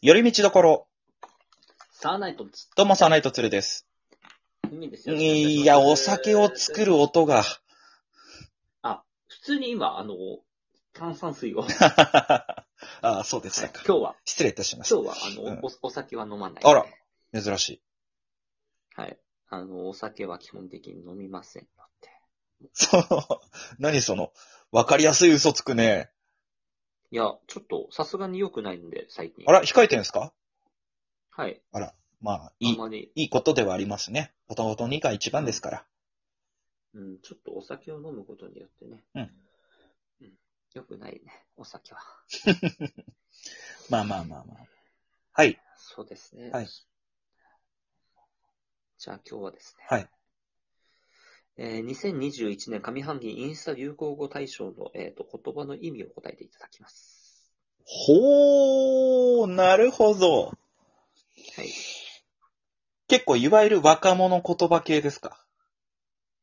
寄り道どころ、サーナイトつ、どうもさないとつるです。いいですよ。いや、お酒を作る。る音が、 普通に今、あの、炭酸水を、今ああ、 そうでしたか。日は、失礼いたしまし今日は、あの、うんおお酒は飲まない。た。あら、珍しい。はい。あの、お酒は基本的に飲みませんので。そう、 何その、わかりやすい嘘つくね。いや、ちょっと、さすがに良くないんで、最近。あら、控えてんすかはい。まあ、あいんい、まり、いいことではありますね。弟2が一番ですから。うん、ちょっとお酒を飲むことによってね。うんうん。良くないね、お酒は。まあまあまあまあ。はい、そうですね。はい。じゃあ今日はですね。はい。えー、2021年上半期インスタ流行語大賞の、えー、と言葉の意味を答えていただきます。ほー、なるほど。はい。結構、いわゆる若者言葉系ですか。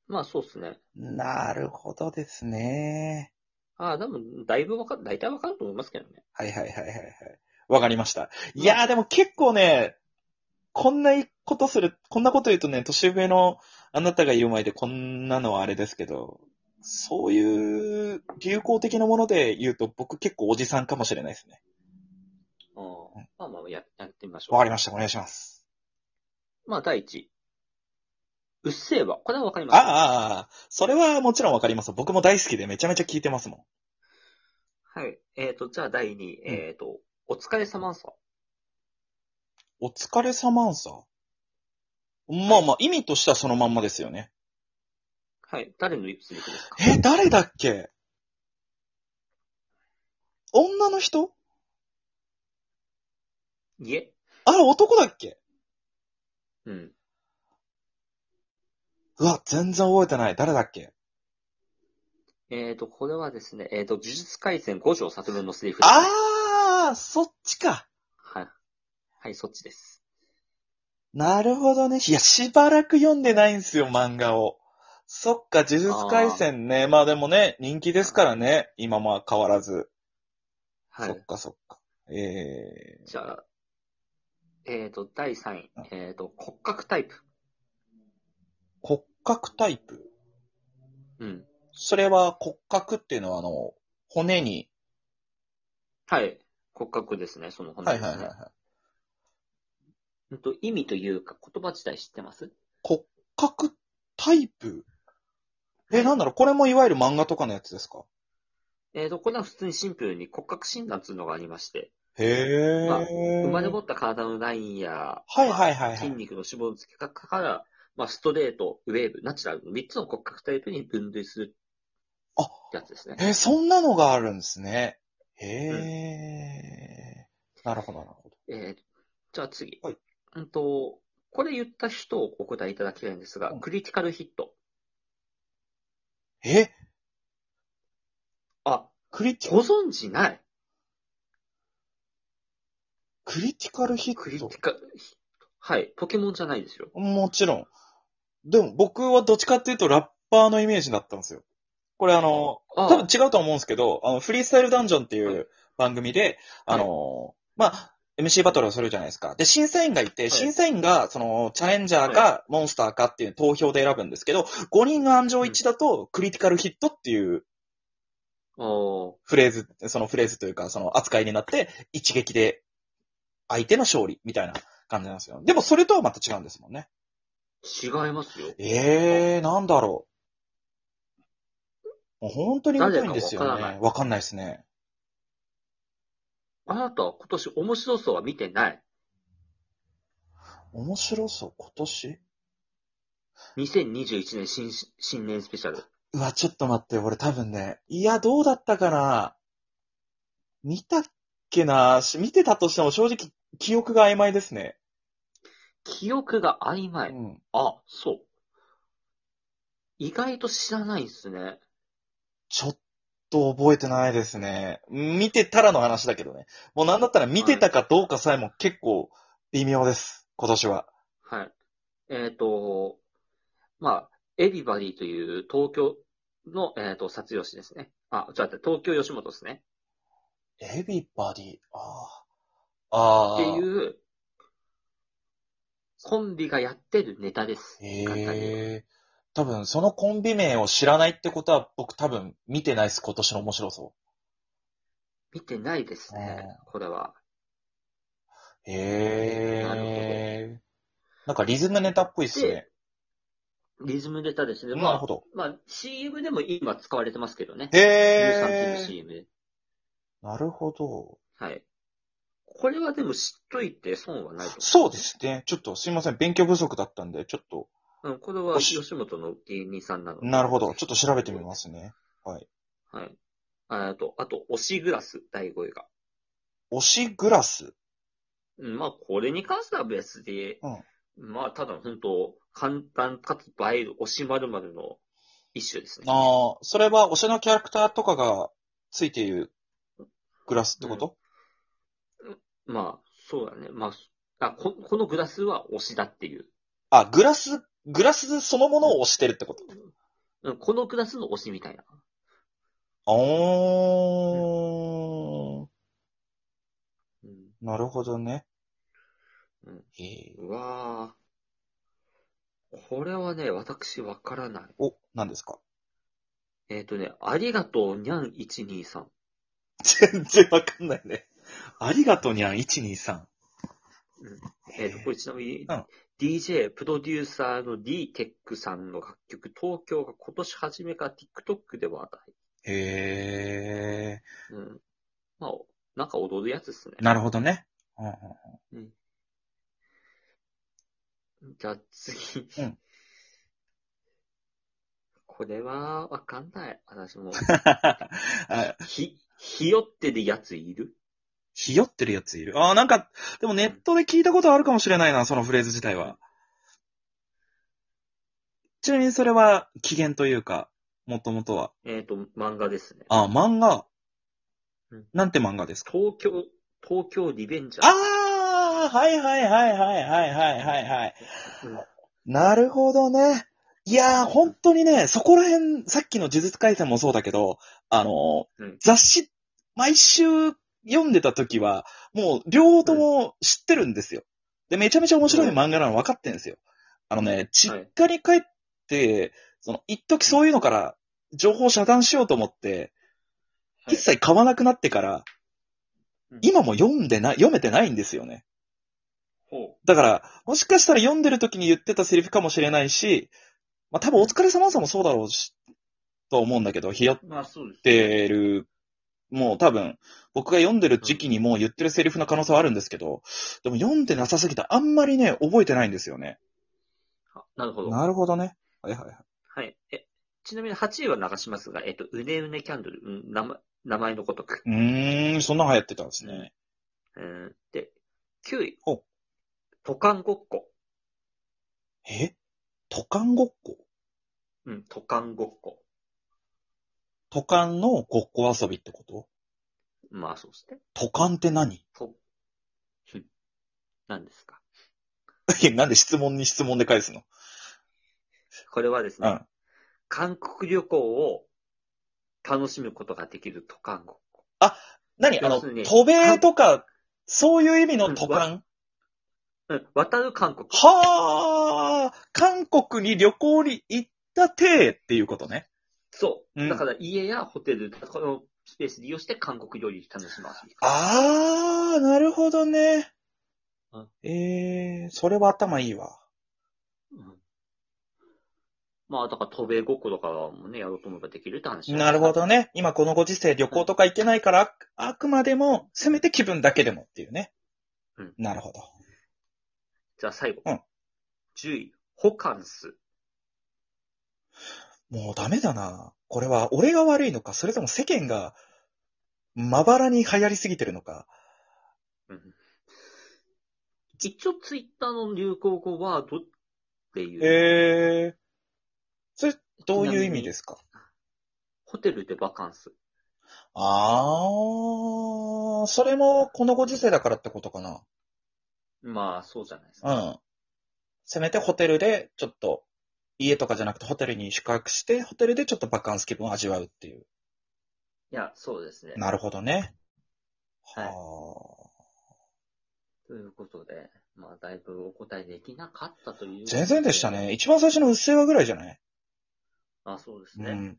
まあそうですね。なるほどですね。ああ、でも、だいぶわか、大体わかると思いますけどね。はいはいはいはいはい。わかりました。いやーでも結構ね、こんなことする、こんなこと言うとね、年上のあなたがいる前でこんなのはあれですけど、そういう流行的なもので言うと僕結構おじさんかもしれないですね。ああまあまあや、やってみましょう。わかりましした。お願いします。た。まあ第一。うっせぇわ。これはわかります。ああああ、ああそれはもちろんわかります。僕も大好きでめちゃめちゃ聞いてますもん。はい。えっ、と、じゃあ第二。えっ、と、お疲れ様さ。お疲れ様さ。まあまあ、意味としてはそのまんまですよね。はい。誰のセリフですかえ、誰だっけ女の人いえ。あれ男だっけうん。うわ、全然覚えてない。誰だっけえっ、と、これはですね、えっ、と、呪術廻戦五条悟のセリフです、ね。あー、そっちか。はい。はい、そっちです。なるほどね。いや、しばらく読んでないんすよ、漫画を。そっか、呪術廻戦ね。まあでもね、人気ですからね。今も変わらず。はそいっ。かそっか。えじゃあ、えっ、と、第3位。えっ、と、骨格タイプ。ー、骨格タイプ。うん。それは骨格っていうのはあの、骨に。はい。骨格ですね、その骨はでいすね。はいはいはい。うんと、意味というか、言葉自体知ってます骨格タイプえ、なんだろうこれもいわゆる漫画とかのやつですかえっ、と、これは普通にシンプルに骨格診断っていうのがありまして、へえ。まあ生まれ持った体のラインや、はいはいはいはい筋肉の脂肪の付け方から、まあ、ストレート、ウェーブ、ナチュラルの3つの骨格タイプに分類するあやつですね。え、そんなのがあるんですね。へえ、なるほど、なるほど。えーじゃあ次。はいうんと、これ言った人をお答えいただきたいんですが、うんクリティカルヒット。え、あ、クリティ、ご存知ないクリティカルヒクリッテトィカルヒット。はい、ポケモンじゃないですよ。もちろん。でも僕はどっちかっていうとラッパーのイメージだったんですよ。これあの、あ多分違うとは思うんですけど、あの、フリースタイルダンジョンっていう番組で、はあいの、まあ、MC バトルをするじゃないですか。で、審査員がいて、い審査員が、その、チャレンジャーか、モンスターかっていう投票で選ぶんですけど、5人の安上一致だと、クリティカルヒットっていうおーフレーズ、そのフレーズというか、その扱いになって、一撃で相手の勝利みたいな感じなんですよ。でもそれとはまた違うんですもんね。違いますよ。ええー、なんだろう。もう本当に疎いんですよ誰かわからなね。わかんないですね。あなたは今年面白そうは見てない。面白そう、今年2021年新し新年スペシャル。うわ、ちょっと待って、俺多分ね。いや、どうだったかな見たっけなし見てたとしても正直、記憶が曖昧ですね。記憶が曖昧。うん。あ、そう。意外と知らないんすね。ちょっと覚えてないですね。見てたらの話だけどね。もうなんだったら見てたかどうかさえも結構微妙です。今年は。はい。えっ、と、まあ、エビバディという東京の、えっ、と、撮影師ですね。あ、ちょっと待って、東京吉本ですね。エビバディ、ああ。ああ。っていう、コンビがやってるネタです。簡単に言えばええ多分、そのコンビ名を知らないってことは、僕多分見てないです、今年の面白そ見てないですね、これは。う。へなえ。なんかリズムネタっぽいっすね。リズムネタですね。なるまほど。あ、まあ、CM でも今使われてますけどね。へ乳酸菌え。の CM で。なるほど。はい。これはでも知っといて損はないと思そうですね。ちょっとすいません。勉強不足だったんで、ちょっと、う。うん、これは吉本の芸人さんなので。なるほど。ちょっと調べてみますね。はい。あと、あと、推しグラス、第5位が。推しグラス。うんまあ、これに関しては別で、うんまあ、ただ本当、簡単かつ映える推し〇〇の一種ですね。ああ、それは推しのキャラクターとかがついているグラスってこと、まあ、そうだね。まあ、あこ、このグラスは推しだっていう。あ、グラス、グラスそのものを推してるってことうんこのグラスの推しみたいな。おー、うんなるほどね。うんへえうわぁ。これはね、私わからない。お、何ですかえっ、とね、ありがとうにゃん123。全然わかんないね。ありがとうにゃん、123。えっ、と、これちなみに、うん DJ、プロデューサーの d テックさんの楽曲、東京が今年初めから TikTok で話題。へえうん。まあ、なんか踊るやつですね。なるほどね。うん うんじゃあ次。うん これは、わかんない。私も。あひ、ひよってるやついるひよってるやついる。あーなんか、でもネットで聞いたことあるかもしれないな、そのフレーズ自体は。ちなみにそれは起源というか、もともとは。えっ、と、漫画ですね。あー、漫画うん。なんて漫画ですか東京、東京リベンジャー。ああはいはいはいはいはいはいはいはい。うんなるほどね。いやー、本当にね、そこら辺、さっきの呪術廻戦もそうだけど、あのーうん雑誌、毎週読んでた時は、もう両方とも知ってるんですよ。で、めちゃめちゃ面白い漫画なの分かってるんですよ。あのね、実家に帰って、その、一時そういうのから、情報遮断しようと思って、は一い切買わなくなってからうん、今も読んでない、読めてないんですよね。ほだから、もしかしたら読んでる時に言ってたセリフかもしれないし、まあ多分お疲れ様さんもそうだろうし、とは思うんだけど、ひよっう。まあそうです。てる、もう多分、僕が読んでる時期にもう言ってるセリフの可能性はあるんですけど、でも読んでなさすぎてあんまりね、覚えてないんですよね。あなるほど。なるほどね。はいはいはい。はい。え、ちなみに8位は流しますが、えっと、うねうねキャンドル、うん、名前名前のごとく。うーん、そんな流行ってたんですね。うん、で、9位。ほうトカンごっこ。えトカンごっこうん、トカンごっこ。トカンのごっこ遊びってことまあそうですね。トカンって何 と、ふん何ですか。いやなんで質問に質問で返すのこれはですうね、ん。韓国旅行を楽しむことができるトカンごっこ。何あの、要するに渡米とか、そういう意味の渡韓うん、渡る韓国。はあ韓国に旅行に行った体っていうことね。そう。うんだから家やホテル、このスペース利用して韓国料理楽します。ああ、なるほどねうん。ええー、それは頭いいわ。うんまあ、だから、渡米ごっことかもね、やろうと思えばできるって話。なるほ。どね。今このご時世旅行とか行けないから、ああくまでも、せめて気分だけでもっていうね。うんなるほど。じゃあ、最後。うん10位、ホカンス。もうダメだな。これは俺が悪いのか、それとも世間が、まばらに流行りすぎてるのか。うん一応、ツイッターの流行語ワードっていう、ええそれ、どういう意味ですかホテルでバカンス。ああ、それもこのご時世だからってことかな。まあ、そうじゃないですか。うん。せめてホテルで、ちょっと、家とかじゃなくてホテルに宿泊して、ホテルでちょっとバカンス気分を味わうっていう。いや、そうですね。なるほどね。はいはということで、まあ、だいぶお答えできなかったという。全然でした。ね。一番最初のうっせぇわぐらいじゃないあ、そうですうね。ん。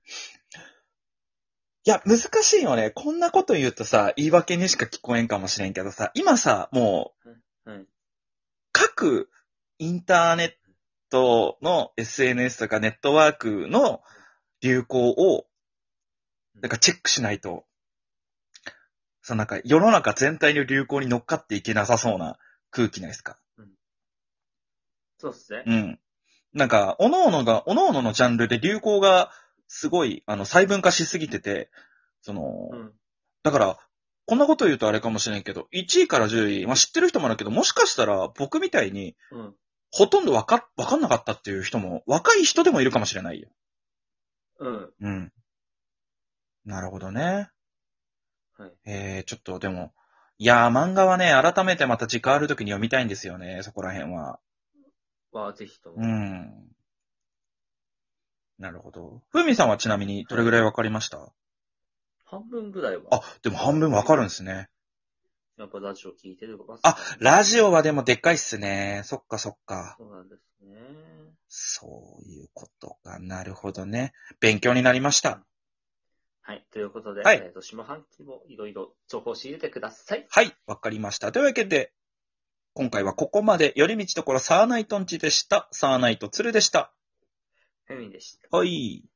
いや、難しいよね。こんなこと言うとさ、言い訳にしか聞こえんかもしれんけどさ、今さ、もう、はい各インターネットの SNS とかネットワークの流行を、なんかチェックしないと、そのなんか世の中全体の流行に乗っかっていけなさそうな空気ないですかそうですねう。ん。なんか、各々が、各々のジャンルで流行が、すごい、あの、細分化しすぎてて、その、うん。だから、こんなこと言うとあれかもしれんけど、1位から10位、まあ、知ってる人もあるけど、もしかしたら僕みたいに、うん。ほとんどわか、わかんなかったっていう人も、若い人でもいるかもしれないよ。うん。うん。なるほどね。はい。えー、ちょっとでも、いやー、漫画はね、改めてまた時間ある時に読みたいんですよね、そこら辺は。まあ、ぜひとも。うん。なるほど。ふみさんはちなみにどれぐらいわかりました、半分ぐらいは。あ、でも半分わかるんですね。やっぱラジオ聞いてるかあ、ラジオはでもでっかいっすね。そっかそっか。そうなんですね。そういうことか。なるほどね。勉強になりました。はい。ということで、はいえっ、と、下半期もいろいろ情報を仕入れてください。はい、わかりました。というわけで、今回はここまで、寄り道ところサーナイトンチでした。サーナイトツルでした。フェミでした。はい。